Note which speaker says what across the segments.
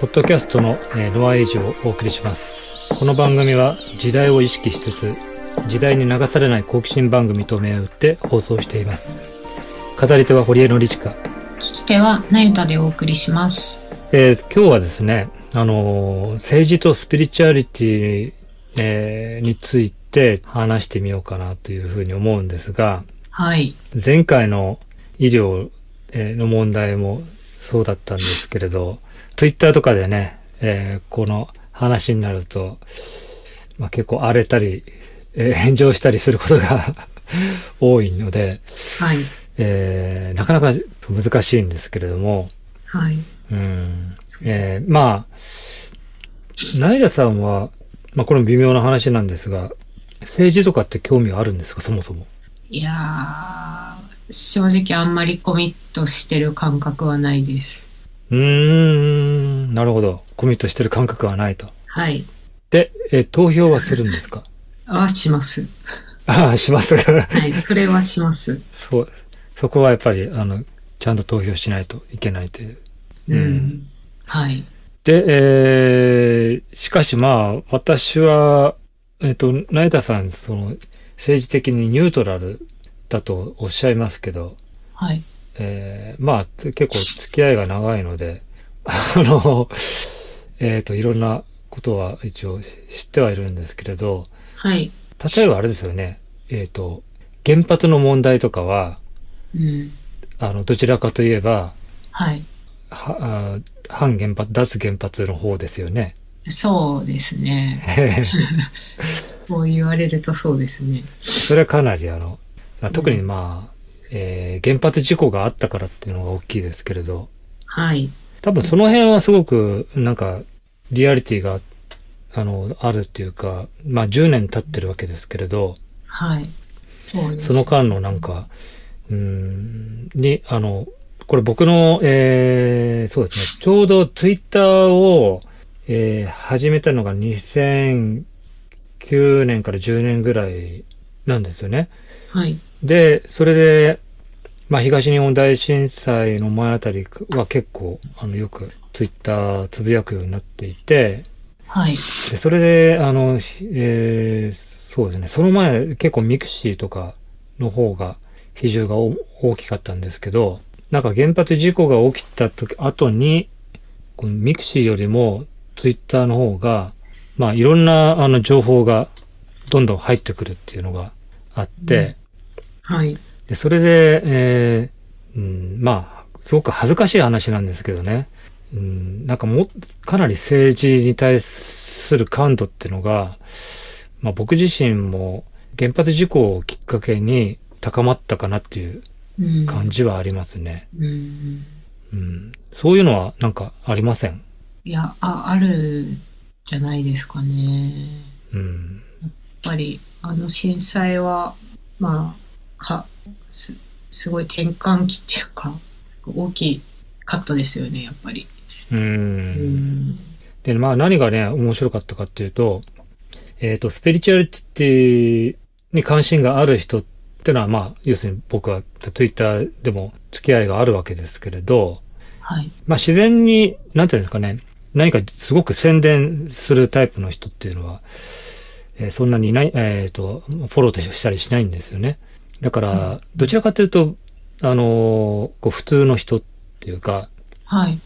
Speaker 1: ポッドキャストの、えーノアエイジをお送りします。この番組は時代を意識しつつ、時代に流されない好奇心番組と銘打って放送しています。語り手は堀江のりちか。
Speaker 2: 聞き手はなゆたでお送りします。
Speaker 1: えー今日はですね、あのー政治とスピリチュアリティ、えーについて話してみようかなというふうに思うんですが、
Speaker 2: はい。
Speaker 1: 前回の医療えーの問題もそうだったんですけれど、ツイッターとかでね、えーこの話になると、まあ、結構荒れたり、えー炎上したりすることが 多いので、
Speaker 2: はい。
Speaker 1: えーなかなか難しいんですけれども、
Speaker 2: はい。
Speaker 1: うん
Speaker 2: そうです
Speaker 1: えーまあ、ナイラさんは、まあこれも微妙な話なんですが、政治とかって興味があるんですか、そもそも。
Speaker 2: いやー、正直あんまりコミットしてる感覚はないです。
Speaker 1: うーん、なるほど。コミットしてる感覚はないと。
Speaker 2: はい。
Speaker 1: で、えー投票はするんですか
Speaker 2: はします。
Speaker 1: ああ、します が、
Speaker 2: はい。それはします。
Speaker 1: そう、そこはやっぱり、あの、ちゃんと投票しないといけないという。
Speaker 2: うん。
Speaker 1: うん
Speaker 2: はい。
Speaker 1: で、えー、しかしまあ、私は、えっ、と、成田さん、その、政治的にニュートラルだとおっしゃいますけど、
Speaker 2: はい。
Speaker 1: えーまあ、つ結構付き合いが長いので、 あの、えっ、と、いろんなことは一応知ってはいるんですけれど、
Speaker 2: はい。
Speaker 1: 例えばあれですよね、えっ、と、原発の問題とかは、
Speaker 2: うん。
Speaker 1: あの、どちらかといえば、
Speaker 2: はい。
Speaker 1: は、あー反原発、脱原発の方ですよね。
Speaker 2: そうですね。こう言われるとそうですね。
Speaker 1: それはかなりあの、まあ特にまあ、えー原発事故があったからっていうのが大きいですけれど、
Speaker 2: はい。
Speaker 1: 多分その辺はすごく、なんか、リアリティが、あの、あるっていうか、まあ10年経ってるわけですけれど、
Speaker 2: はい。そうです。
Speaker 1: その間のなんか、うーん、に、あの、これ僕の、えー、そうですね、ちょうどツイッターを、えー、始めたのが2009年から10年ぐらいなんですよね。
Speaker 2: はい。
Speaker 1: で、それで、まあ、東日本大震災の前あたりは結構、あの、よくツイッターつぶやくようになっていて、
Speaker 2: はい。
Speaker 1: で、それで、あの、ひえーそうですね。その前、結構ミクシーとかの方が、比重がお大きかったんですけど、なんか原発事故が起きた時、後に、このミクシーよりも、ツイッターの方が、まあ、いろんな、あの、情報が、どんどん入ってくるっていうのがあって、
Speaker 2: はい。
Speaker 1: で、それで、えーうん、まあ、すごく恥ずかしい話なんですけどね。うん、なんかも、かなり政治に対する感度っていうのが、まあ僕自身も原発事故をきっかけに高まったかなっていう
Speaker 2: うん。
Speaker 1: 感じはありますね。
Speaker 2: うん。
Speaker 1: うん。そういうのはなんかありません。
Speaker 2: いや、あ、あるじゃないですかね。
Speaker 1: うん。
Speaker 2: やっぱりあの震災はまあかすすごい転換期っていうかすごい大きかったですよねやっぱり。
Speaker 1: う。
Speaker 2: うんん
Speaker 1: で、まあ何がね、面白かったかっていうと、えっ、と、スピリチュアリティに関心がある人ってのは、まあ、要するに僕はツイッターでも付き合いがあるわけですけれど、
Speaker 2: はい
Speaker 1: まあ自然に、なんていうんですかね、何かすごく宣伝するタイプの人っていうのは、えーそんなにいない、えっ、と、フォローしたりしないんですよね。だから、どちらかというと、あのーこう普通の人っていうか、
Speaker 2: はい。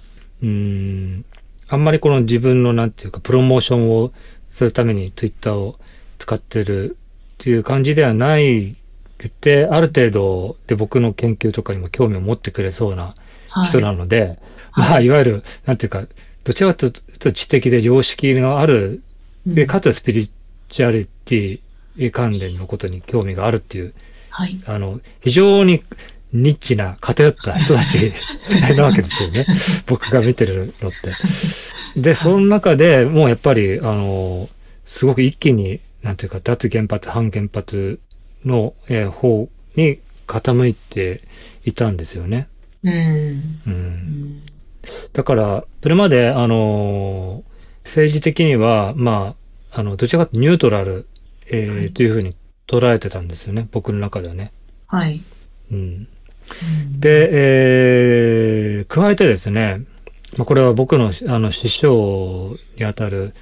Speaker 1: うーんあんまりこの自分のなんていうか、プロモーションをするために Twitter を使ってるっていう感じではないくて、ある程度で僕の研究とかにも興味を持ってくれそうな
Speaker 2: はい。
Speaker 1: 人なので、
Speaker 2: はい
Speaker 1: まあ、いわゆる、なんていうか、どちらかというと知的で良識のある、で、かつスピリチュアリティ関連のことに興味があるっていう、
Speaker 2: はい。
Speaker 1: あの、非常にニッチな偏った人た ちなわけですよね。僕が見てるのって。で、その中でもうやっぱり、あの、すごく一気に、なんていうか、脱原発、反原発の、えー方に傾いていたんですよね。
Speaker 2: うん。
Speaker 1: う、
Speaker 2: うんん
Speaker 1: だから、それまで、あの、政治的には、まあ、あの、どちらかというとニュートラル、えー
Speaker 2: はい
Speaker 1: というふうに捉えてたんですよね。僕の中ではね。
Speaker 2: はい。
Speaker 1: うん
Speaker 2: うん、
Speaker 1: で、えー、加えてですね、まあ、これは僕のあの師匠にあたる、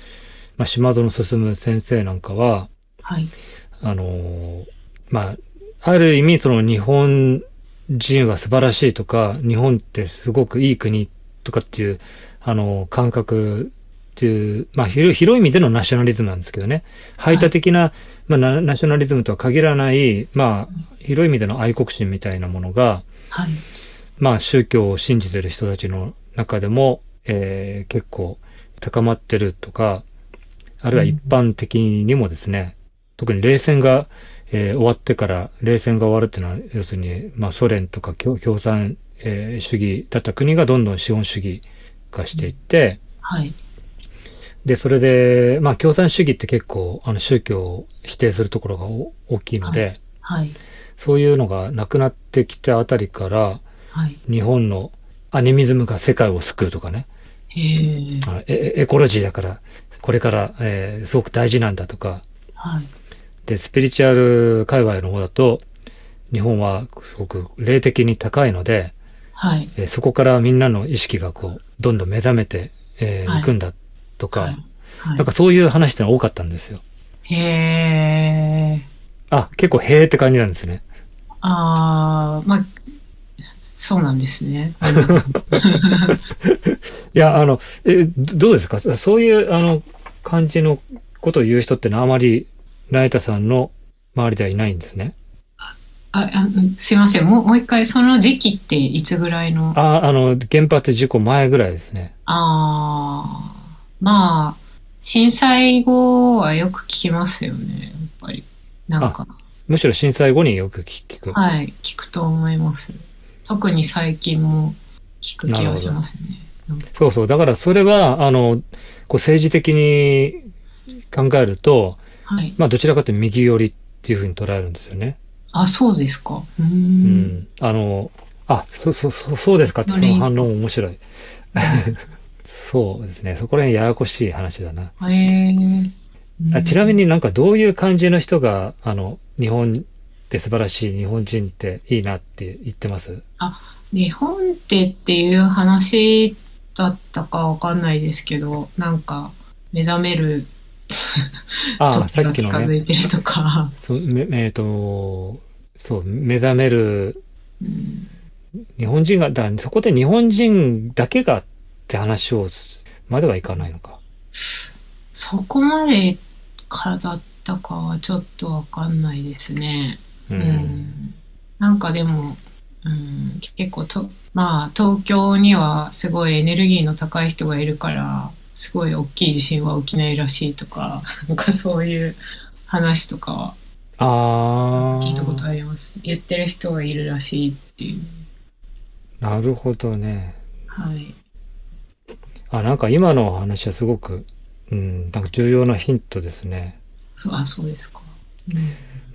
Speaker 1: まあ、島園進先生なんかは、
Speaker 2: はい。
Speaker 1: あのーまあ、ある意味その日本人は素晴らしいとか、日本ってすごくいい国とかっていう、あのー感覚っていう、まあ広い、広い意味でのナショナリズムなんですけどね。排他的な、まあナ、ナショナリズムとは限らない、まあ、広い意味での愛国心みたいなものが、
Speaker 2: はい。
Speaker 1: まあ宗教を信じてる人たちの中でも、えー結構高まってるとか、あるいは一般的にもですね、特に冷戦が、えー終わってから、冷戦が終わるっていうのは、要するに、まあソ連とか共共産、えー主義だった国がどんどん資本主義化していって、
Speaker 2: はい。
Speaker 1: で、それで、まあ共産主義って結構、あの宗教を否定するところがお大きいので、
Speaker 2: はい。
Speaker 1: そういうのがなくなってきたあたりから、
Speaker 2: はい。
Speaker 1: 日本のアニミズムが世界を救うとかね、
Speaker 2: へえ。
Speaker 1: あのエエエコロジーだから、これから、えーすごく大事なんだとか、
Speaker 2: はい。
Speaker 1: で、スピリチュアル界隈の方だと、日本はすごく霊的に高いので、
Speaker 2: はい。
Speaker 1: えーそこからみんなの意識がこう、どんどん目覚めて、えー
Speaker 2: はい
Speaker 1: いくんだとか、
Speaker 2: はい。
Speaker 1: なんかそういう話ってのは多かったんですよ。
Speaker 2: へえ。
Speaker 1: あ、結構へーって感じなんですね。
Speaker 2: ああ、まあ、そうなんですね。
Speaker 1: いや、あの、え、どどうですかそういう、あの、感じのことを言う人ってのはあまり、ライタさんの周りではいないんですね。
Speaker 2: ああうんすいません。もう、もう一回、その時期っていつぐらいの、あ
Speaker 1: あ、あの、原発事故前ぐらいですね。
Speaker 2: あー、まあ、震災後はよく聞きますよね、やっぱり。なんか、
Speaker 1: むしろ震災後によく聞聞く。
Speaker 2: はい、聞くと思います。特に最近も聞く気がしますね。
Speaker 1: そうそう。だからそれは、あの、こう政治的に考えると、
Speaker 2: はい。
Speaker 1: まあどちらかというと右寄りっていうふうに捉えるんですよね。
Speaker 2: あ、そうですか。うー。
Speaker 1: うんん。あの、あ、そ、そ、そそうですかってその反論面白い。 そうですね。そこら辺ややこしい話だな。
Speaker 2: へえ
Speaker 1: あちなみ
Speaker 2: に。
Speaker 1: になんかどういう感じの人が、あの、日本って素晴らしい、日本人っていいなって言ってます
Speaker 2: 日本ってっていう話だったかわかんないですけど、なんか、目覚める
Speaker 1: ああ、
Speaker 2: 時
Speaker 1: さ
Speaker 2: が
Speaker 1: っき
Speaker 2: 近
Speaker 1: の
Speaker 2: づ
Speaker 1: ね、
Speaker 2: いてるとか、
Speaker 1: そうめえっ、と、そう、目覚める、
Speaker 2: うん
Speaker 1: 日本人が、だからそこで日本人だけがって話をす、まではいかないのか。
Speaker 2: そこまでかだったかはちょっとわかんないですね。
Speaker 1: う
Speaker 2: う。んなんかでも、うん、結構と、まあ、東京にはすごいエネルギーの高い人がいるから、すごい大きい地震は起きないらしいとか、 なんかそういう話とか
Speaker 1: あ
Speaker 2: は
Speaker 1: あ。
Speaker 2: 聞いたことあります。言ってる人がいるらしいっていう。
Speaker 1: なるほどね。
Speaker 2: はい。
Speaker 1: あ、なんか今のお話はすごく、うん、なんか重要なヒントですね。
Speaker 2: そう、あ、そうですか。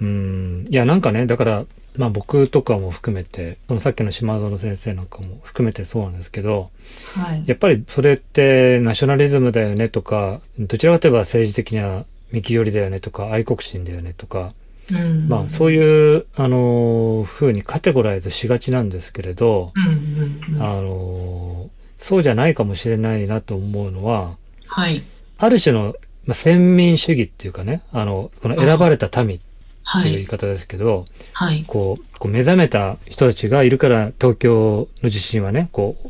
Speaker 1: うん。いや、なんかね、だから、まあ僕とかも含めて、そのさっきの島園先生なんかも含めてそうなんですけど、
Speaker 2: はい。
Speaker 1: やっぱりそれってナショナリズムだよねとか、どちらかといえば政治的には右寄りだよねとか、愛国心だよねとか、
Speaker 2: うん。
Speaker 1: まあそういう、あのー、風にカテゴライズしがちなんですけれど、
Speaker 2: うんうんうん。
Speaker 1: あのー、そうじゃないかもしれないなと思うのは、
Speaker 2: はい。
Speaker 1: ある種の、まあ、先民主義っていうかね、あの、この選ばれた民って
Speaker 2: は
Speaker 1: いう言い
Speaker 2: い。
Speaker 1: 方ですけど、
Speaker 2: はい。
Speaker 1: こう、こう目覚めた人たちがいるから東京の地震はね、こう、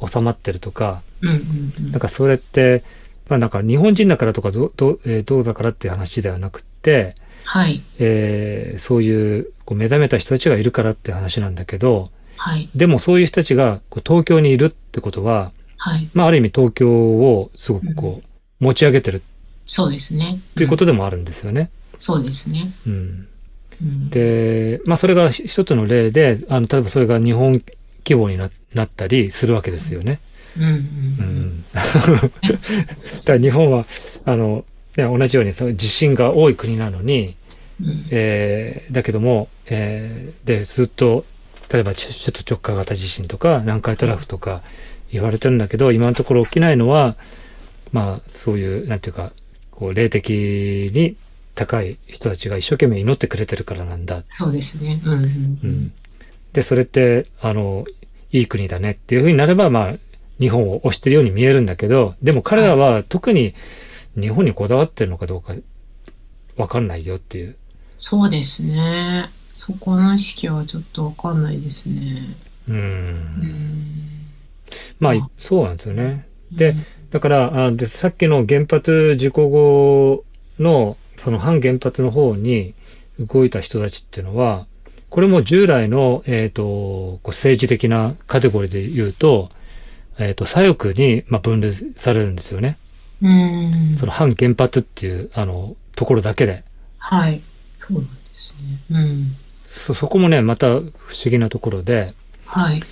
Speaker 1: お収まってるとか、
Speaker 2: うんうんう
Speaker 1: なん
Speaker 2: ん。
Speaker 1: かそれって、まあなんか日本人だからとかどうどう、えーどうだからっていう話ではなくって、
Speaker 2: はい。
Speaker 1: えーそういうこう目覚めた人たちがいるからって話なんだけど、
Speaker 2: はい。
Speaker 1: でもそういう人たちがこう東京にいるってことは、
Speaker 2: はい。
Speaker 1: まあある意味東京をすごくこう持ち上げてる
Speaker 2: そうですね。
Speaker 1: ということでもあるんですよね。
Speaker 2: うんそうですね。
Speaker 1: うん。
Speaker 2: うん
Speaker 1: で、まあそれが一つの例で、あの、例えばそれが日本規模にななったりするわけですよね。
Speaker 2: うんうん
Speaker 1: う
Speaker 2: うん。
Speaker 1: ん。 だから日本は、あの、ね、同じようにその地震が多い国なのに、
Speaker 2: うん
Speaker 1: えー、だけども、えー、で、ずっと、例えばちょっと直下型地震とか南海トラフとか言われてるんだけど、今のところ起きないのは、まあそういう、なんていうか、こう霊的に高い人たちが一生懸命祈ってくれてるからなんだ
Speaker 2: そうですね。うんうんう
Speaker 1: うんん。で、それって、あの、いい国だねっていうふうになれば、まあ、日本を推してるように見えるんだけど、でも彼らは特に日本にこだわってるのかどうかわかんないよっていう。
Speaker 2: そうですね。そこの意識はちょっとわかんないですね。
Speaker 1: う。
Speaker 2: うんん。
Speaker 1: ま
Speaker 2: うん
Speaker 1: あ、そうなんですよね。で、だから、あでさっきの原発事故後の、その反原発の方に動いた人たちっていうのは、これも従来の、えっ、と、こう政治的なカテゴリーで言うと、えっ、と、左翼に、まあ、分類されるんですよね。
Speaker 2: うん。
Speaker 1: その反原発っていう、あの、ところだけで。
Speaker 2: はい。そうなんですね。うん。
Speaker 1: そ、そこもね、また不思議なところで、
Speaker 2: はい。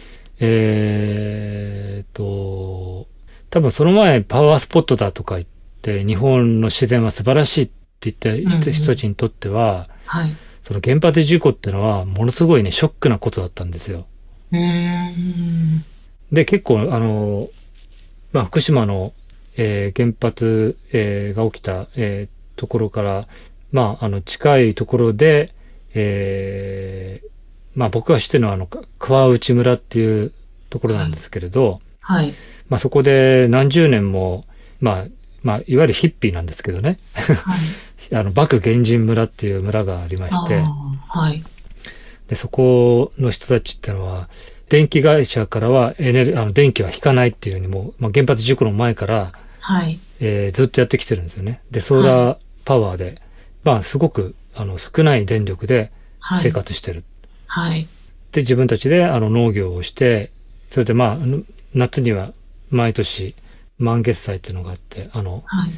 Speaker 1: えーと、多分その前パワースポットだとか言って、日本の自然は素晴らしいって言った
Speaker 2: うんうん
Speaker 1: 人人たちにとっては、
Speaker 2: はい。
Speaker 1: その原発事故ってのはものすごいね、ショックなことだったんですよ。
Speaker 2: うーん。
Speaker 1: で、結構あの、まあ、福島の、えー原発、えーが起きた、えーところから、まあ、あの、近いところで、えーまあ、僕が知ってるのはあの、か川内村っていうところなんですけれど、
Speaker 2: はい。
Speaker 1: まあ、そこで何十年も、まあ、まあ、いわゆるヒッピーなんですけどね、
Speaker 2: はい。
Speaker 1: あの、幕原人村っていう村がありま
Speaker 2: あ
Speaker 1: して、
Speaker 2: あ、はい。
Speaker 1: で、そこの人たちってのは、電気会社からはエネル、あの、電気は引かないっていうようにもう、まあ、原発事故の前から、
Speaker 2: はい。
Speaker 1: えーずっとやってきてるんですよね。で、ソーラーパワーで、まあ、すごく、あの、少ない電力で
Speaker 2: はい。
Speaker 1: 生活してる。
Speaker 2: はい。
Speaker 1: で、自分たちで、あの、農業をして、それで、まああの、夏には、毎年、満月祭っていうのがあって、あの、
Speaker 2: はい。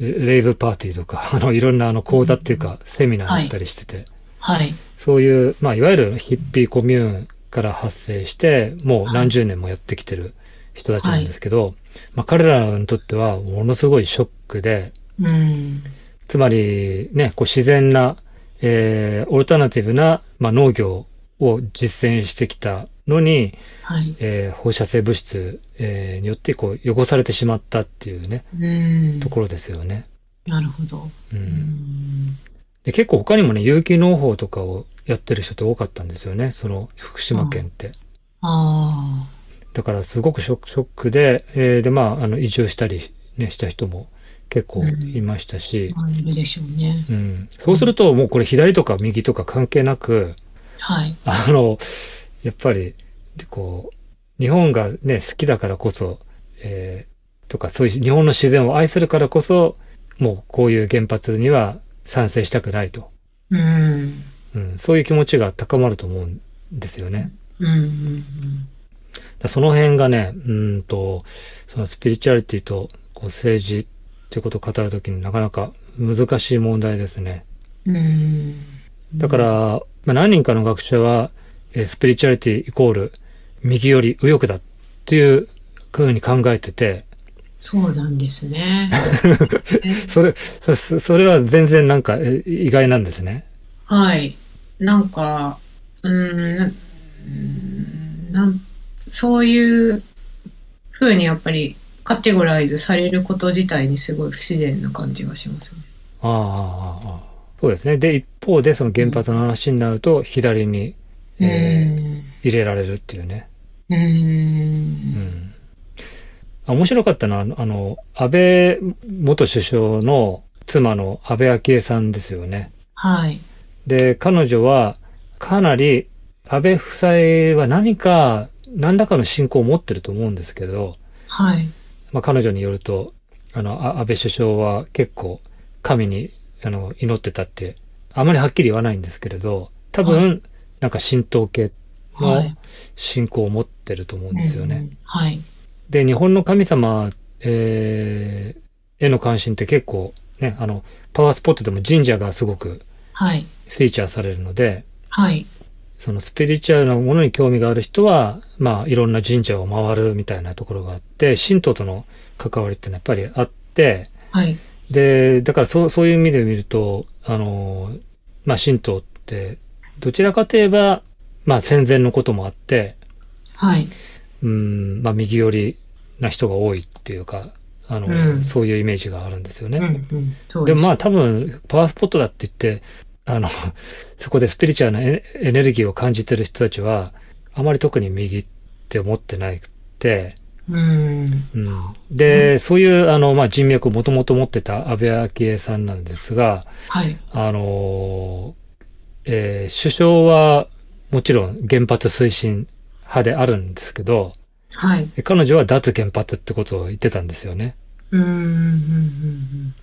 Speaker 1: レイブパーティーとか、 あの、いろんなあの講座っていうか、セミナーだったりしてて、
Speaker 2: はい。
Speaker 1: そういう、まあ、いわゆるヒッピーコミューンから発生して、もう何十年もやってきてる人たちなんですけど、まあ、彼らにとってはものすごいショックで、
Speaker 2: うん。
Speaker 1: つまり、ね、こう自然な、えー、オルタナティブな、まあ、農業を実践してきたのに、
Speaker 2: はい。
Speaker 1: えー放射性物質、えーによってこう汚されてしまったっていうね、
Speaker 2: うん。
Speaker 1: ところですよね。
Speaker 2: なるほど。
Speaker 1: う
Speaker 2: うんん。
Speaker 1: で結構他にもね有機農法とかをやってる人って多かったんですよねその福島県って、
Speaker 2: あ
Speaker 1: だからすごくショックショックで、えーでまああの移住したり、ね、した人も結構いましたし
Speaker 2: あ、、まあいるでしょうね。
Speaker 1: うんそうするともうこれ左とか右とか関係なく
Speaker 2: はい。
Speaker 1: あのやっぱりこう日本がね好きだからこそ、えーとかそういう日本の自然を愛するからこそもうこういう原発には賛成したくないと。
Speaker 2: うん。
Speaker 1: うん、そういう気持ちが高まると思うんですよね。
Speaker 2: うん。うん
Speaker 1: だその辺がね、うーんと、そのスピリチュアリティとこう政治っていうことを語るときになかなか難しい問題ですね。
Speaker 2: うん。うん。
Speaker 1: だから、まあ、何人かの学者は、えースピリチュアリティイコール右より右翼だっていうふうに考えてて、
Speaker 2: そうなんですね。
Speaker 1: それ、そそそれは全然なんかえ意外なんですね。
Speaker 2: はい。なんか、うーん、うーんなんそういうふうにやっぱりカテゴライズされること自体にすごい不自然な感じがしますね。
Speaker 1: ああああ、ああ。そうですね。で、一方でその原発の話になると左に、えー入れられるっていうね。
Speaker 2: うー。
Speaker 1: うんん。あ面白かったのは、あのあの、安倍元首相の妻の安倍昭恵さんですよね。
Speaker 2: はい。
Speaker 1: で、彼女はかなり安倍夫妻は何か、何らかの信仰を持ってると思うんですけど、
Speaker 2: はい。
Speaker 1: まあ、彼女によると、あの、あ安倍首相は結構神にあの祈ってたって、あまりはっきり言わないんですけれど、多分、なんか神道系
Speaker 2: は
Speaker 1: の
Speaker 2: い。
Speaker 1: 信仰を持ってると思うんですよね。
Speaker 2: うんはい。
Speaker 1: で、日本の神様、えーへの関心って結構ね、あの、パワースポットでも神社がすごく
Speaker 2: はい。
Speaker 1: フィーチャーされるので、
Speaker 2: はい。
Speaker 1: そのスピリチュアルなものに興味がある人は、まあ、いろんな神社を回るみたいなところがあって、神道との関わりってのはやっぱりあって、
Speaker 2: はい。
Speaker 1: で、だからそう、そういう意味で見ると、あの、まあ、神道って、どちらかといえば、まあ、戦前のこともあって、
Speaker 2: はい。
Speaker 1: うん、まあ、右寄りな人が多いっていうか、あの、
Speaker 2: うん
Speaker 1: そういうイメージがあるんですよ
Speaker 2: う
Speaker 1: ね。
Speaker 2: んうん。そう
Speaker 1: で
Speaker 2: です。
Speaker 1: もまあ多分、パワースポットだって言って、あの、 そこでスピリチュアルなエエネルギーを感じてる人たちは、あまり特に右って思ってなくて、
Speaker 2: うん。
Speaker 1: うん、で、そういうあの、まあ、人脈をもともと持ってた安倍昭恵さんなんですが、
Speaker 2: はい。
Speaker 1: あのーえー首相はもちろん原発推進派であるんですけど、
Speaker 2: はい。
Speaker 1: 彼女は脱原発ってことを言ってたんですよね。
Speaker 2: うん。うんうん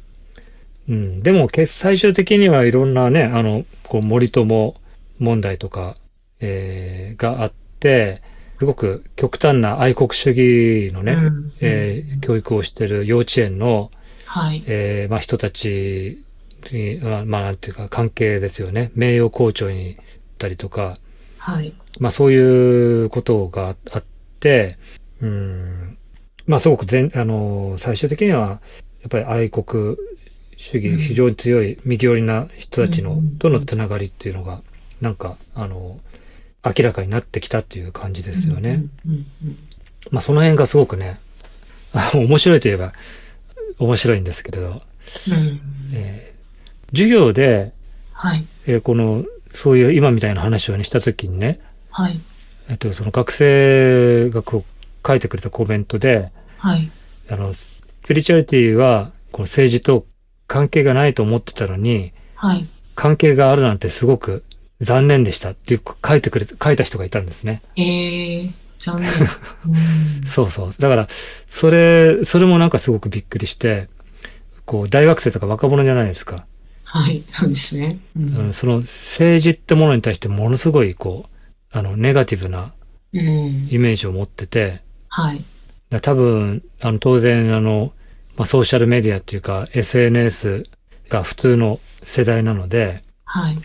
Speaker 1: うん。でも、け最終的にはいろんなね、あの、こう森友問題とか、えーがあって、すごく極端な愛国主義の
Speaker 2: うん。
Speaker 1: ね、
Speaker 2: うん
Speaker 1: えー教育をしてる幼稚園の、
Speaker 2: はい。
Speaker 1: えーまあ、人たちに、まあ、まあなんていうか、関係ですよね。名誉校長に行ったりとか、
Speaker 2: はい。
Speaker 1: まあそういうことがあって、うん、まあすごく全、あの、最終的には、やっぱり愛国主
Speaker 2: う
Speaker 1: 義、
Speaker 2: ん
Speaker 1: 非常に強い右寄りな人たち
Speaker 2: うんう
Speaker 1: の
Speaker 2: んうん、
Speaker 1: とのつながりっていうのが、なんか、あの、明らかになってきたっていう感じですよね。
Speaker 2: うん。うん
Speaker 1: まあその辺がすごくね、あの面白いといえば面白いんですけれど、
Speaker 2: うん。うん。
Speaker 1: えー授業で、
Speaker 2: はい。
Speaker 1: えーこの、そういう今みたいな話をね、したときにね、
Speaker 2: はい。
Speaker 1: えっと、その学生がこう書いてくれたコメントで、
Speaker 2: はい。
Speaker 1: あの、スピリチュアリティは、この政治と関係がないと思ってたのに、
Speaker 2: はい。
Speaker 1: 関係があるなんてすごく残念でしたっていう書いてくれ、書いた人がいたんですね。
Speaker 2: えー、残念。うん
Speaker 1: そうそう。だから、それ、それもなんかすごくびっくりして、こう、大学生とか若者じゃないですか。
Speaker 2: はい。そうですね。う。
Speaker 1: うんん、その政治ってものに対してものすごい、こう、あの、ネガティブな
Speaker 2: うん。
Speaker 1: イメージを持ってて、
Speaker 2: はい。
Speaker 1: だ多分、あの、当然、あの、まあ、ソーシャルメディアっていうか、SNS が普通の世代なので、
Speaker 2: はい。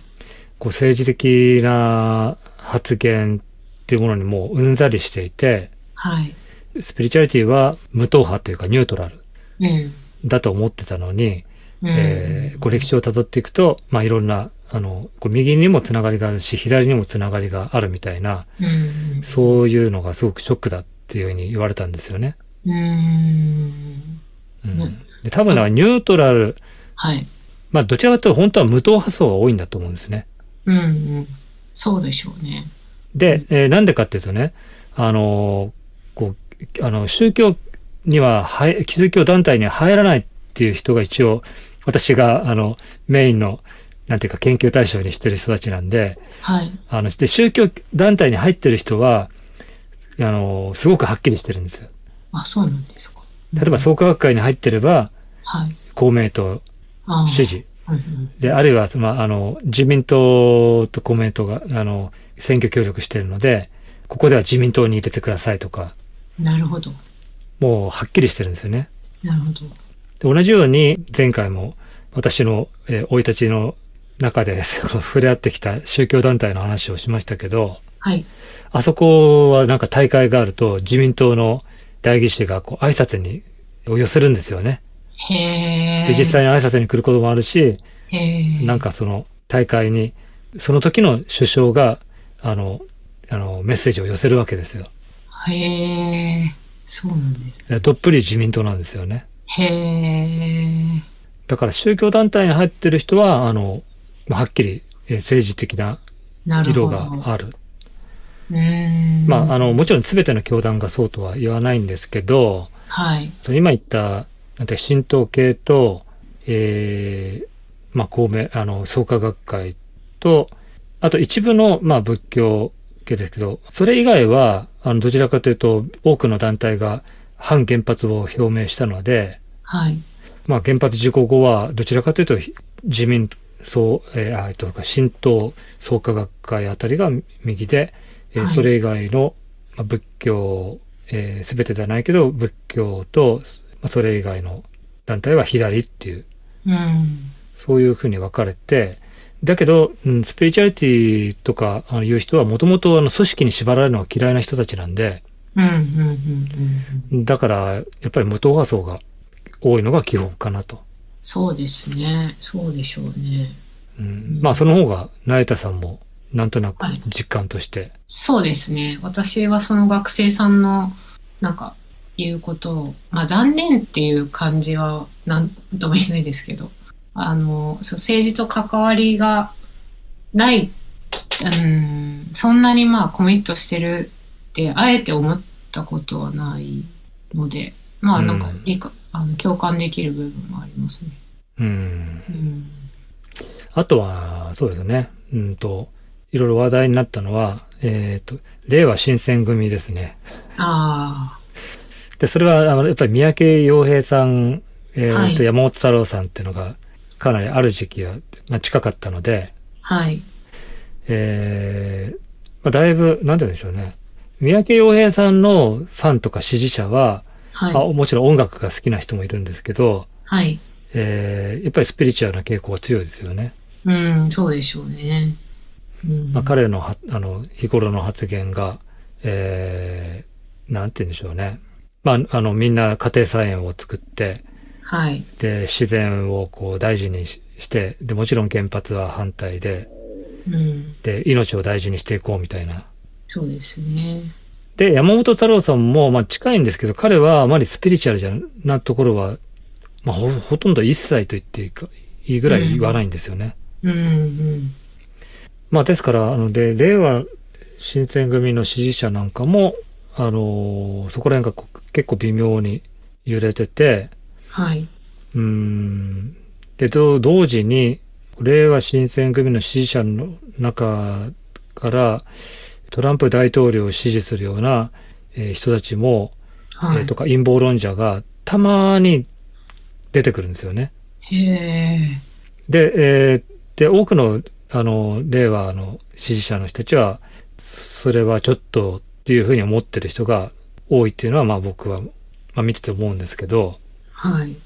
Speaker 1: こう、政治的な発言っていうものにもううんざりしていて、
Speaker 2: はい。
Speaker 1: スピリチュアリティは無党派というかニュートラル
Speaker 2: うん。
Speaker 1: だと思ってたのに、
Speaker 2: うん
Speaker 1: えーこう、歴史を辿っていくと、まあ、いろんな、あの、こう右にもつながりがあるし、左にもつながりがあるみたいな、
Speaker 2: うん。
Speaker 1: そういうのがすごくショックだっていうふうに言われたんですよね。
Speaker 2: うん。
Speaker 1: うん。で多分、だからニュートラル、
Speaker 2: はい。
Speaker 1: まあ、どちらかというと本当は無党派層が多いんだと思うんですね。
Speaker 2: うんうん。そうでしょうね。
Speaker 1: で、えーなんでかっていうとね、あのーこう、あの、宗教には入、宗教団体には入らないっていう人が一応、私が、あの、メインの、なんていうか研究対象にしてる人たちなんで、
Speaker 2: はい。
Speaker 1: あの、で、宗教団体に入ってる人は、あのーすごくはっきりしてるんですよ。
Speaker 2: あ、そうなんですか。
Speaker 1: 例えば創価学会に入ってれば、
Speaker 2: はい。
Speaker 1: 公明党
Speaker 2: あー
Speaker 1: 支持。
Speaker 2: うんうん
Speaker 1: で、あるいは、まあ、あの、自民党と公明党が、あの、選挙協力しているので、ここでは自民党に入れてくださいとか、
Speaker 2: なるほど。
Speaker 1: もうはっきりしてるんですよね。
Speaker 2: なるほど。
Speaker 1: で同じように、前回も私の生、えー生い立ちの中で こう触れ合ってきた宗教団体の話をしましたけど、
Speaker 2: はい。
Speaker 1: あそこはなんか大会があると、自民党の代議士がこう挨拶にを寄せるんですよね。
Speaker 2: へ
Speaker 1: で
Speaker 2: え。
Speaker 1: 実際に挨拶に来ることもあるし、
Speaker 2: へえ。
Speaker 1: なんかその大会に、その時の首相が、あの、あの、メッセージを寄せるわけですよ。
Speaker 2: へえ。そうなんです。
Speaker 1: どっぷり自民党なんですよね。
Speaker 2: へえ。
Speaker 1: だから宗教団体に入ってる人は、あの、まあはっきりえー政治的な
Speaker 2: なる
Speaker 1: 色
Speaker 2: ほど。
Speaker 1: がある。
Speaker 2: うーん。
Speaker 1: まあ、あの、もちろん全ての教団がそうとは言わないんですけど、
Speaker 2: はい。
Speaker 1: その今言った、なんて神道系と、えーまあ、公明、あの、創価学会と、あと一部の、まあ、仏教系ですけど、それ以外は、あの、どちらかというと、多くの団体が反原発を表明したので、
Speaker 2: はい。
Speaker 1: まあ、原発事故後は、どちらかというと、自民党、えーあ、えっと、新党創価学会あたりが右で、えー
Speaker 2: はい
Speaker 1: それ以外の、まあ、仏教、えー、全てではないけど、仏教と、まあ、それ以外の団体は左っていう、
Speaker 2: うん。
Speaker 1: そういうふうに分かれて、だけど、うん、スピリチュアリティとかあのいう人は、もともとあの組織に縛られるのが嫌いな人たちなんで、
Speaker 2: うん、うん、うん、うん。うん
Speaker 1: だから、やっぱり無党派層が多いのが基本かなと。
Speaker 2: そうですね。そうでしょうね。
Speaker 1: うんまあその方が成田さんもなんとなく
Speaker 2: はい
Speaker 1: 実感として、
Speaker 2: そうですね。私はその学生さんの、なんか、言うことを、まあ残念っていう感じは、なんとも言えないですけど、あの、そう政治と関わりがない、うん、そんなにまあコミットしてるって、あえて思ったことはないので、まあなんか
Speaker 1: うん
Speaker 2: 理解、あの共感できる部分もありますね。
Speaker 1: うん。
Speaker 2: うん。
Speaker 1: あとは、そうですね。うんと、いろいろ話題になったのは、えっ、と、令和新選組ですね。
Speaker 2: あ
Speaker 1: で、それは、あのやっぱり三宅洋平さん、えー
Speaker 2: はい
Speaker 1: と、山本太郎さんっていうのが、かなりある時期が、まあ、近かったので、
Speaker 2: あ、はい。
Speaker 1: えーまあ、だいぶ、なんて言うんでしょうね。三宅洋平さんのファンとか支持者は、あ
Speaker 2: はい。
Speaker 1: もちろん音楽が好きな人もいるんですけど、
Speaker 2: はい。
Speaker 1: えーやっぱりスピリチュアルな傾向が強いですよね。
Speaker 2: うん、そうでしょうね。うん。
Speaker 1: まあ、彼のはあの日頃の発言が、えーなんて言うんでしょうね。まあ、あの、みんな家庭菜園を作って、
Speaker 2: はい。
Speaker 1: で、自然をこう大事にしして、で、もちろん原発は反対で、
Speaker 2: うん。
Speaker 1: で、命を大事にしていこうみたいな。
Speaker 2: そうですね。
Speaker 1: で、山本太郎さんも、まあ近いんですけど、彼はあまりスピリチュアルじゃなところは、まあほ、ほとんど一切と言っていいか、いいぐらい言わないんですよね。
Speaker 2: うん、うん。
Speaker 1: まあですから、あの、で、令和新選組の支持者なんかも、あのーそこら辺がこう結構微妙に揺れてて、
Speaker 2: はい。
Speaker 1: うーん。で、と同時に、令和新選組の支持者の中から、トランプ大統領を支持するような、えー人たちも、
Speaker 2: は
Speaker 1: えー
Speaker 2: い。
Speaker 1: とか陰謀論者がたまに出てくるんですよね。
Speaker 2: へえ。
Speaker 1: で、えーで、多くの、あの、令和の支持者の人たちは、それはちょっとっていうふうに思ってる人が多いっていうのは、まあ僕は、まあ見てて思うんですけど、
Speaker 2: はい。うん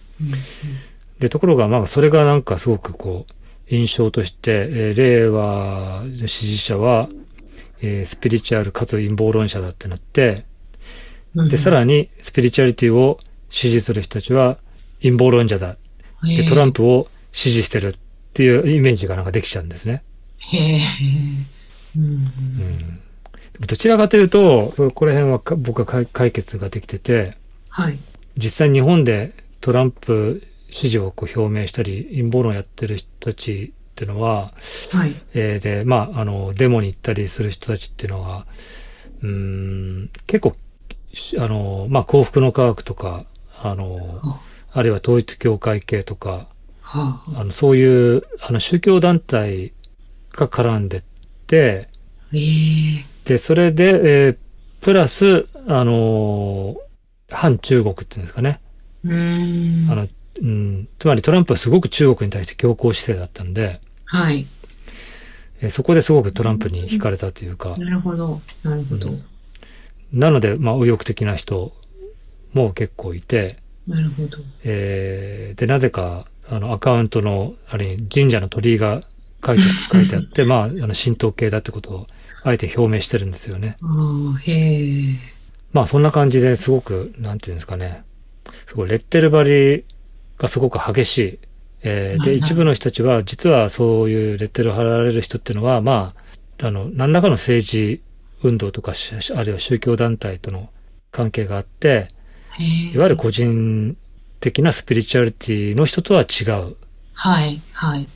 Speaker 1: で、ところが、まあそれがなんかすごくこう、印象として、えー令和の支持者は、えースピリチュアルかつ陰謀論者だってなって、
Speaker 2: うん
Speaker 1: で、さらにスピリチュアリティを支持する人たちは陰謀論者だ
Speaker 2: へ
Speaker 1: で
Speaker 2: え
Speaker 1: トランプを支持してるっていうイメージがなんかできちゃうんですね。
Speaker 2: へえ。うん。
Speaker 1: うん、でもどちらかというと、そこら辺はか僕は解解決ができてて、
Speaker 2: はい。
Speaker 1: 実際日本でトランプ支持をこう表明したり、陰謀論やってる人たちっていうのは、
Speaker 2: はい。
Speaker 1: えーで、まあ、あの、デモに行ったりする人たちっていうのは、うーん、結構、しあの、まあ、幸福の科学とか、あの、
Speaker 2: は
Speaker 1: あるいは統一教会系とか、
Speaker 2: あ。
Speaker 1: あの、そういう、あの、宗教団体が絡んでって、
Speaker 2: ええ。
Speaker 1: で、それで、えープラス、あのー反中国っていうんですかね。
Speaker 2: うーん。
Speaker 1: あの、うん、つまりトランプはすごく中国に対して強硬姿勢だったんで、
Speaker 2: はい。
Speaker 1: えーそこですごくトランプに惹かれたというか、
Speaker 2: なるほど。なるほど。
Speaker 1: うんなので、まあ、右翼的な人も結構いて、
Speaker 2: なるほど。
Speaker 1: えーで、なぜか、あの、アカウントの、あれに神社の鳥居が書い て、書いてあって、まあ、あの、神道系だってことを、あえて表明してるんですよね。
Speaker 2: ああ、へえ。
Speaker 1: まあ、そんな感じですごく、なんていうんですかね。すごい、レッテル張りがすごく激しい。えー
Speaker 2: は
Speaker 1: で、
Speaker 2: いはい
Speaker 1: 一部の人たちは、実はそういうレッテルを貼られる人っていうのは、まあ、あの、何らかの政治運動とかし、あるいは宗教団体との関係があって、
Speaker 2: へえ。
Speaker 1: いわゆる個人的なスピリチュアリティの人とは違う。
Speaker 2: はい、 はい。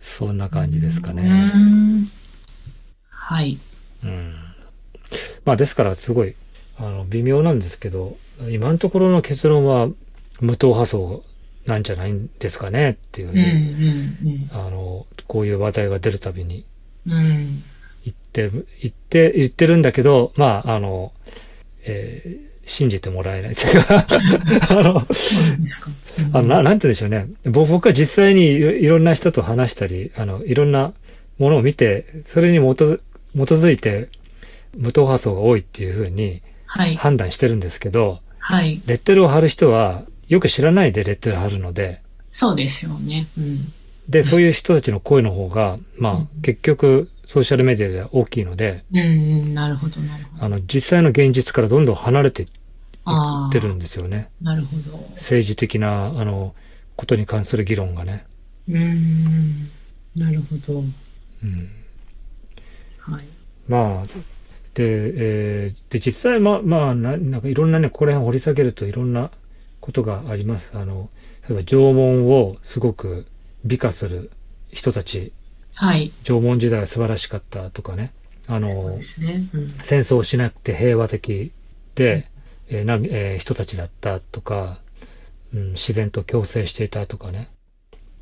Speaker 1: そんな感じですか
Speaker 2: うー
Speaker 1: ね。
Speaker 2: んはい。
Speaker 1: うん。まあですから、すごい、あの、微妙なんですけど、今のところの結論は、無党派層なんじゃないんですかねっていうふう
Speaker 2: うん、う
Speaker 1: に、
Speaker 2: ん、
Speaker 1: あの、こういう話題が出るたびに
Speaker 2: うん。うん。
Speaker 1: 言って、言って、言ってるんだけど、まあ、あの、えー信じてもらえないというか、 あの、
Speaker 2: そうなんですか。うん
Speaker 1: あのななんて言うんでしょうね。ぼ僕は実際にいろいろんな人と話したり、あの、いろんなものを見て、それに基づ基づいて、無党派層が多いっていうふうに
Speaker 2: はい、
Speaker 1: 判断してるんですけど、
Speaker 2: はい。
Speaker 1: レッテルを貼る人は、よく知らないでレッテルを貼るので、
Speaker 2: そうですよね。うん。
Speaker 1: で、そういう人たちの声の方が、
Speaker 2: う
Speaker 1: ま
Speaker 2: ん
Speaker 1: あ、結局、ソーシャルメディアでは大きいので、
Speaker 2: うん、うんなるほど、なるほど。
Speaker 1: あの、実際の現実からどんどん離れていっ
Speaker 2: あ
Speaker 1: てるんですよね。
Speaker 2: あ、なるほど。
Speaker 1: 政治的な、あの、ことに関する議論がね。
Speaker 2: うーん、なるほど。
Speaker 1: うん
Speaker 2: はい。
Speaker 1: まあ、で、えーで、実際、まあ、まあ、ななんかいろんなね、ここら辺を掘り下げるといろんなことがあります。あの、例えば縄文をすごく美化する人たち、
Speaker 2: はい。
Speaker 1: 縄文時代は素晴らしかったとかね、あの
Speaker 2: そう、ですね。うん。
Speaker 1: 戦争をしなくて平和的って、えーなえー人たちだったとか、うん、自然と共生していたとかね。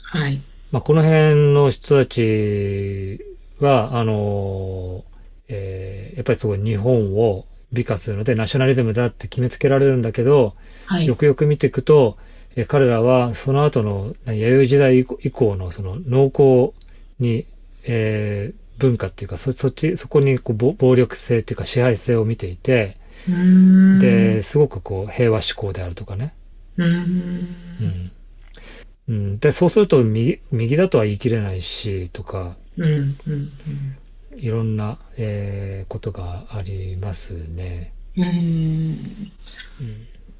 Speaker 2: はい。
Speaker 1: まあ、この辺の人たちは、あのえーやっぱりすごい日本を美化するので、ナショナリズムだって決めつけられるんだけど、
Speaker 2: はい。
Speaker 1: よくよく見ていくと、えー彼らはその後のな弥生時代以降以降のその農耕に、えー文化っていうか、そ、そっち、そこにこう暴暴力性っていうか支配性を見ていて、
Speaker 2: うーん。
Speaker 1: で、、すごくこう平和志向であるとかね。
Speaker 2: うー
Speaker 1: うん
Speaker 2: ん。
Speaker 1: うん、でそうすると右右だとは言い切れないしとか
Speaker 2: うん。うん。うん
Speaker 1: いろんな、えーことがありますね。
Speaker 2: うーん。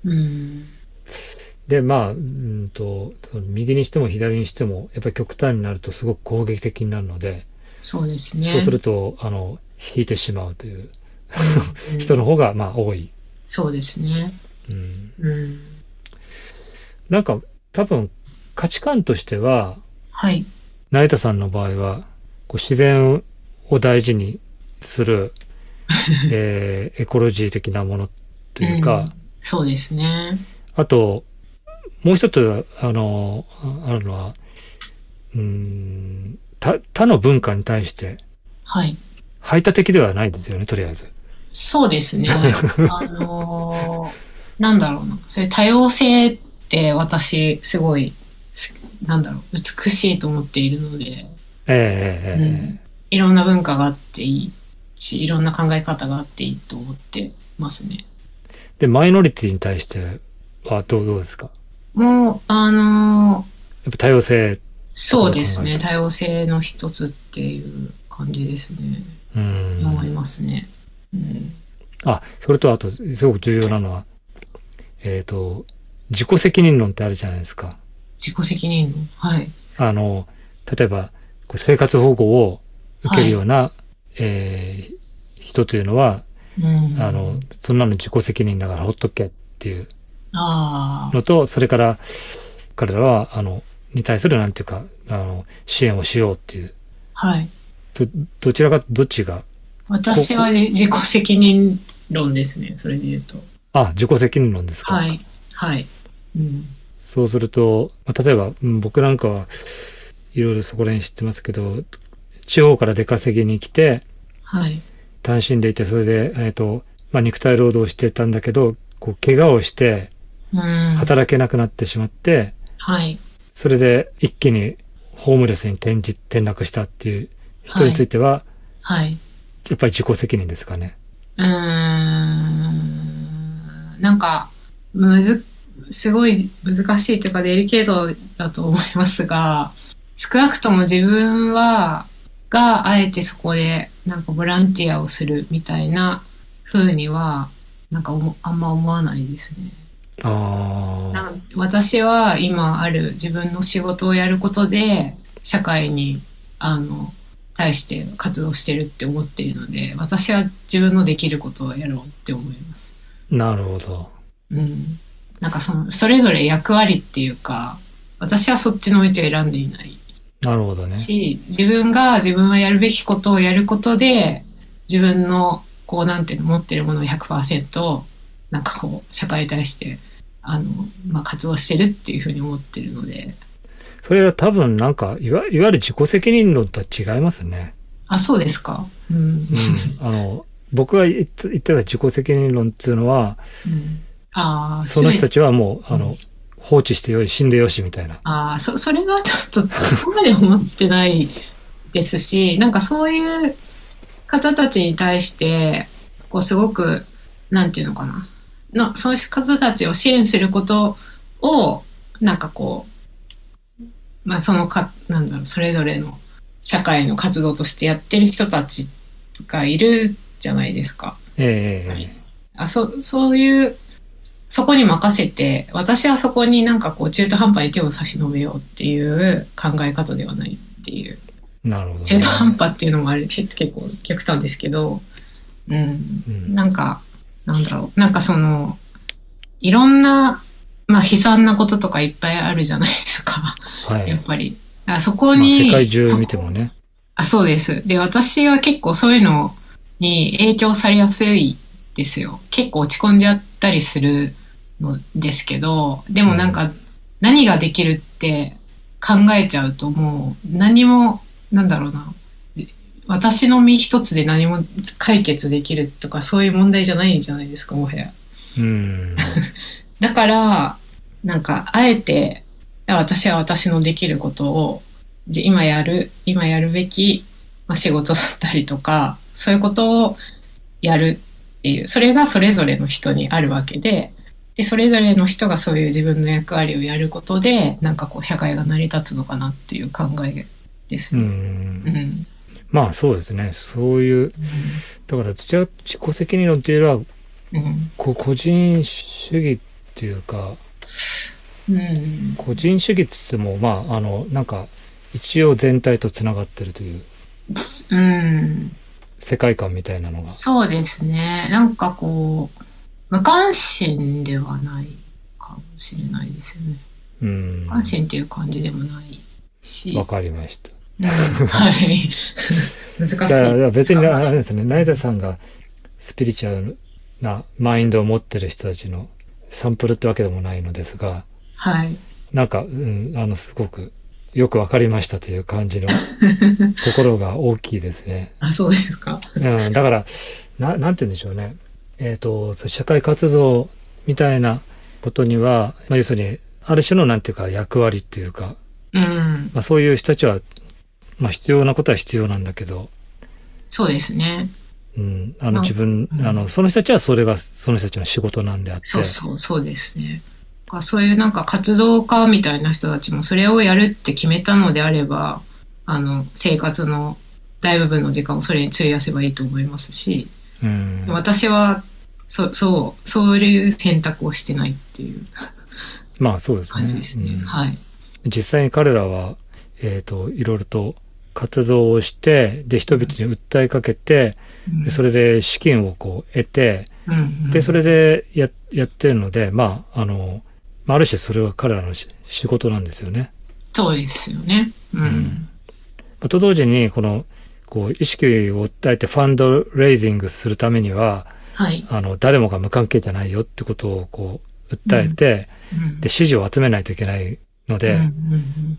Speaker 1: うん、
Speaker 2: うん。
Speaker 1: でまあうんとその右にしても左にしてもやっぱり極端になるとすごく攻撃的になるので、
Speaker 2: そうですね。
Speaker 1: そうするとあの引いてしまうという
Speaker 2: うん
Speaker 1: 人の方がまあ多い。
Speaker 2: そうですね。
Speaker 1: うん、
Speaker 2: うん。
Speaker 1: なんか多分価値観としては
Speaker 2: はい。
Speaker 1: 成田さんの場合は、こう自然を大事にす る、えーエコロジー的なものというか、
Speaker 2: うんそうですね。
Speaker 1: あと、もう一つ、あの、ああるのは、うーん他、他の文化に対して、
Speaker 2: はい。
Speaker 1: 排他的ではないですよね、とりあえず。
Speaker 2: そうで すね。あのーなんだろうな。それ多様性って私、すごい、すなんだろう、美しいと思っているの
Speaker 1: え
Speaker 2: で、
Speaker 1: えええええ
Speaker 2: いろんな文化があっていいし、いろんな考え方があっていいと思ってますね。
Speaker 1: で、マイノリティに対してはどうどうですか
Speaker 2: もう、あのー
Speaker 1: やっぱ多様性、
Speaker 2: そうですね。
Speaker 1: そう考えた
Speaker 2: 多様性の一つっていう感じですね。
Speaker 1: う
Speaker 2: 思い
Speaker 1: ん。
Speaker 2: ますね。うん。
Speaker 1: あ、それとあと、すごく重要なのは、えっ、と、自己責任論ってあるじゃないですか。
Speaker 2: 自己責任の。はい。
Speaker 1: あの、例えば、こう生活保護を受けるような、えー人というのは、
Speaker 2: うん。
Speaker 1: あの、、そんなの自己責任だからほっとけっていう
Speaker 2: ああ、
Speaker 1: のと、それから、彼らは、あの、に対するなんていうか、あの、支援をしようっていう、
Speaker 2: はい。
Speaker 1: ど、どちらが、どっちが、
Speaker 2: 私はじ自己責任論ですね、それで言うと。
Speaker 1: あ、自己責任論ですか。
Speaker 2: はい、はい。うん、
Speaker 1: そうすると、まあ例えば、うん僕なんかはいろいろそこら辺知ってますけど、地方から出稼ぎに来て、
Speaker 2: はい、
Speaker 1: 単身でいて、それで、えっ、と、まあ、肉体労働をしてたんだけど、こう、怪我をして、
Speaker 2: うん。
Speaker 1: 働けなくなってしまって、
Speaker 2: はい、
Speaker 1: それで一気にホームレスに転じ、転落したっていう人については、
Speaker 2: はい。
Speaker 1: やっぱり自己責任ですかね。
Speaker 2: うーん、なんか、むず、すごい難しいというかデリケートだと思いますが、少なくとも自分は、があえてそこでなんかボランティアをするみたいな風には、なんかおもあんま思わないですね。
Speaker 1: あ
Speaker 2: なん私は今ある自分の仕事をやることで社会にあの対して活動してるって思っているので私は自分のできることをやろうって思います。
Speaker 1: あ、なるほど。
Speaker 2: うん、なんかそのそれぞれ役割っていうか私はそっちの道を選んでいない
Speaker 1: なるほどね。
Speaker 2: し、自分が自分はやるべきことをやることで自分のこうなんていうの持ってるものを100%なんかこう社会に対してあの、まあ、活動してるっていうふうに思ってるので
Speaker 1: それは多分なんか、いわいわゆる自己責任論とは違いますね。
Speaker 2: あそうですかうん
Speaker 1: うん。あの、僕が言って言ってた自己責任論っていうのは、
Speaker 2: うんああ
Speaker 1: その人た
Speaker 2: ち
Speaker 1: ちはもう、あ
Speaker 2: う
Speaker 1: の
Speaker 2: ん、
Speaker 1: 放置してよい、死んでよしみたいな。
Speaker 2: ああそそれはちょっとそこまで思ってないですし なんかそういう方たちに対してこうすごくなんていうのかなのそういう方たちを支援することをなんかこうまあそのかなんだろうそれぞれの社会の活動としてやってる人たちがいるじゃないですか。
Speaker 1: ええ
Speaker 2: はいあそそういうそこに任せて私はそこになんかこう中途半端に手を差し伸べようっていう考え方ではないっていう
Speaker 1: なるほど、ね。
Speaker 2: 中途半端っていうのもあれ結結構極端ですけど、うん、
Speaker 1: うん
Speaker 2: なんかなんだろうなんかそのいろんな、まあ、悲惨なこととかいっぱいあるじゃないですか
Speaker 1: は
Speaker 2: や
Speaker 1: い
Speaker 2: っ。ぱり。あそこ
Speaker 1: まあ、
Speaker 2: に、
Speaker 1: 世界中見てもね。
Speaker 2: あ、そうです。で、私は結構そういうのに影響されやすいですよ。結構落ち込んじゃったりするのですけど、でもなんか何ができるって考えちゃうともう何も、なんだろうな、私の身一つで何も解決できるとかそういう問題じゃないんじゃないですか、もはや。
Speaker 1: うん。
Speaker 2: だから、なんか、あえて、私は私のできることを、じ今やる、今やるべき、まあ、仕事だったりとか、そういうことをやるっていう、それがそれぞれの人にあるわけで、で、それぞれの人がそういう自分の役割をやることで、なんかこう、社会が成り立つのかなっていう考えです
Speaker 1: う。
Speaker 2: ね。うんん。
Speaker 1: まあそうですね。そういう、だから、自己自己責任論っていうよりは、
Speaker 2: うん。
Speaker 1: こう個人主義っていうか、
Speaker 2: うん。
Speaker 1: 個人主義っつっても、まあ、あの、なんか、一応全体とつながってるという
Speaker 2: うん。
Speaker 1: 世界観みたいなのが。
Speaker 2: そうですね。なんかこう、無関心ではないかもしれないですよね。
Speaker 1: うん
Speaker 2: 無。関心っていう感じでもないし。
Speaker 1: わかりました。
Speaker 2: うんはい。 難しい。
Speaker 1: だから別にあ
Speaker 2: 難し
Speaker 1: れで
Speaker 2: い
Speaker 1: すね、成田さんがスピリチュアルなマインドを持ってる人たちのサンプルってわけでもないのですが、
Speaker 2: はい。
Speaker 1: なんか、うん、あの、すごくよくわかりましたという感 じのところが大きいですね。
Speaker 2: あ、そうですか。
Speaker 1: うん、だから、ななんて言うんでしょうね。えっ、と、そう社会活動みたいなことには、まあ、要するに、ある種のなんていうか役割っていうか、
Speaker 2: うん。
Speaker 1: まあ、そういう人たちは、まあ、必要なことは必要なんだけど、
Speaker 2: そうですね。
Speaker 1: うん、あ
Speaker 2: あ
Speaker 1: の自分、
Speaker 2: うん
Speaker 1: あの、その人たちはそれが、その人たちの仕事なんであって。
Speaker 2: そうそう、そうですね。だからそういうなんか活動家みたいな人たちもそれをやるって決めたのであれば、あの、生活の大部分の時間をそれに費やせばいいと思いますし、
Speaker 1: うん。
Speaker 2: 私はそそうそういう選択をしてないっていう
Speaker 1: まあそうですね。
Speaker 2: 感じですね。
Speaker 1: うん
Speaker 2: はい。
Speaker 1: 実際に彼らは、えっ、と、いろいろと活動をして、で、人々に訴えかけて、でそ
Speaker 2: れ
Speaker 1: れで資金をこう得て、
Speaker 2: うんうん、
Speaker 1: で、それでややってるので、まあ、あの、まあある種それは彼らのし仕事なんですよね。
Speaker 2: そうですよね。うん。
Speaker 1: うんまあと同時に、この、こう、意識を訴えてファンドレイジングするためには、
Speaker 2: はい。
Speaker 1: あの、誰もが無関係じゃないよってことをこう、訴えて、
Speaker 2: うん
Speaker 1: で、支持を集めないといけないので、
Speaker 2: うんうん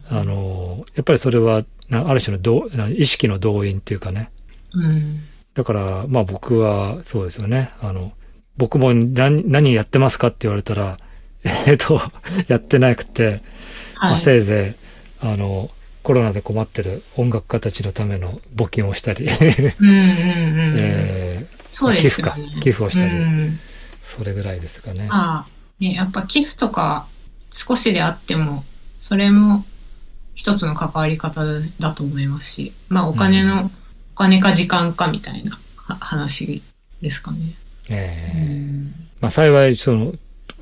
Speaker 2: うん
Speaker 1: あの、やっぱりそれは、なある種のどうな意識の動員っていうかね。
Speaker 2: うん
Speaker 1: だから、まあ僕は、そうですよね。あの、僕も何、何やってますかって言われたら、 えっと、やってなくて、ま
Speaker 2: は
Speaker 1: あ、
Speaker 2: い。
Speaker 1: せいぜい、あの、コロナで困ってる音楽家たちのための募金をしたり、
Speaker 2: うんうんうん。
Speaker 1: えー
Speaker 2: そうですよね
Speaker 1: 寄付か。寄付をしたり
Speaker 2: うん、
Speaker 1: それぐらいですかね。
Speaker 2: まあ、ね、やっぱ寄付とか少しであっても、それも一つの関わり方だと思いますし、まあお金
Speaker 1: う
Speaker 2: の、お金か時間かみたいなは話ですかね。
Speaker 1: え
Speaker 2: う
Speaker 1: ー
Speaker 2: ん
Speaker 1: まあ、幸い、その、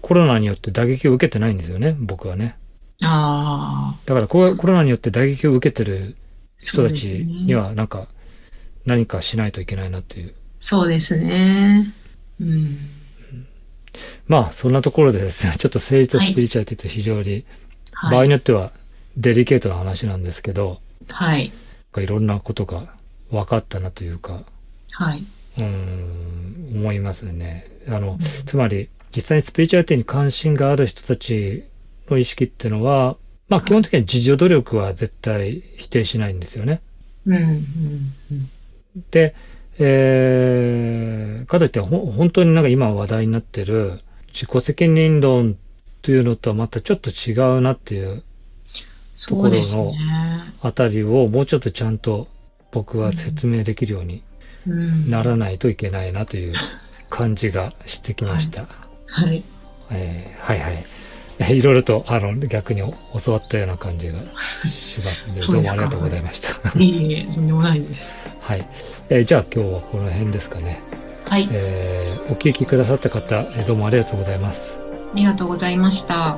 Speaker 1: コロナによって打撃を受けてないんですよね、僕はね。
Speaker 2: ああ、
Speaker 1: だからコロ、コロナによって打撃を受けてる
Speaker 2: そ
Speaker 1: 人
Speaker 2: う
Speaker 1: た
Speaker 2: です
Speaker 1: ち
Speaker 2: ね
Speaker 1: に。は、なんか、何かしないといけないなっていう。
Speaker 2: そうですね。うん。
Speaker 1: まあ、そんなところでですね、ちょっ と政治とスピリチュアリティって非常に、場合
Speaker 2: はい。
Speaker 1: によってはデリケートな話なんですけど、
Speaker 2: はい。
Speaker 1: い、ろんなことが分かったなというか、
Speaker 2: はい。
Speaker 1: うーん、思いますね。あの、つまり、実際にスピリチュアリティに関心がある人たちの意識ってのは、まあ基本的には自助努力は絶対否定しないんですよね。
Speaker 2: うん。うん。うん
Speaker 1: で、えー、かといってほん本当になんか今話題になってる自己責任論というのとはまたちょっと違うなっていう
Speaker 2: そうですね。
Speaker 1: あたりをもうちょっとちゃんと僕は説明できるように
Speaker 2: うん。
Speaker 1: ならないといけないなという感じがしてきました。
Speaker 2: はい。
Speaker 1: えーはいはい。えーい ろいろと、あの、逆に教わったような感じがしますので、
Speaker 2: そう
Speaker 1: どうも
Speaker 2: です
Speaker 1: あ
Speaker 2: か
Speaker 1: りがとうございました。
Speaker 2: いえいえ、とんでもないです。
Speaker 1: はい。えーじゃあ今日はこの辺ですかね。
Speaker 2: はい。
Speaker 1: えーお聞きくださった方、えーどうもありがとうございます。
Speaker 2: ありがとうございました。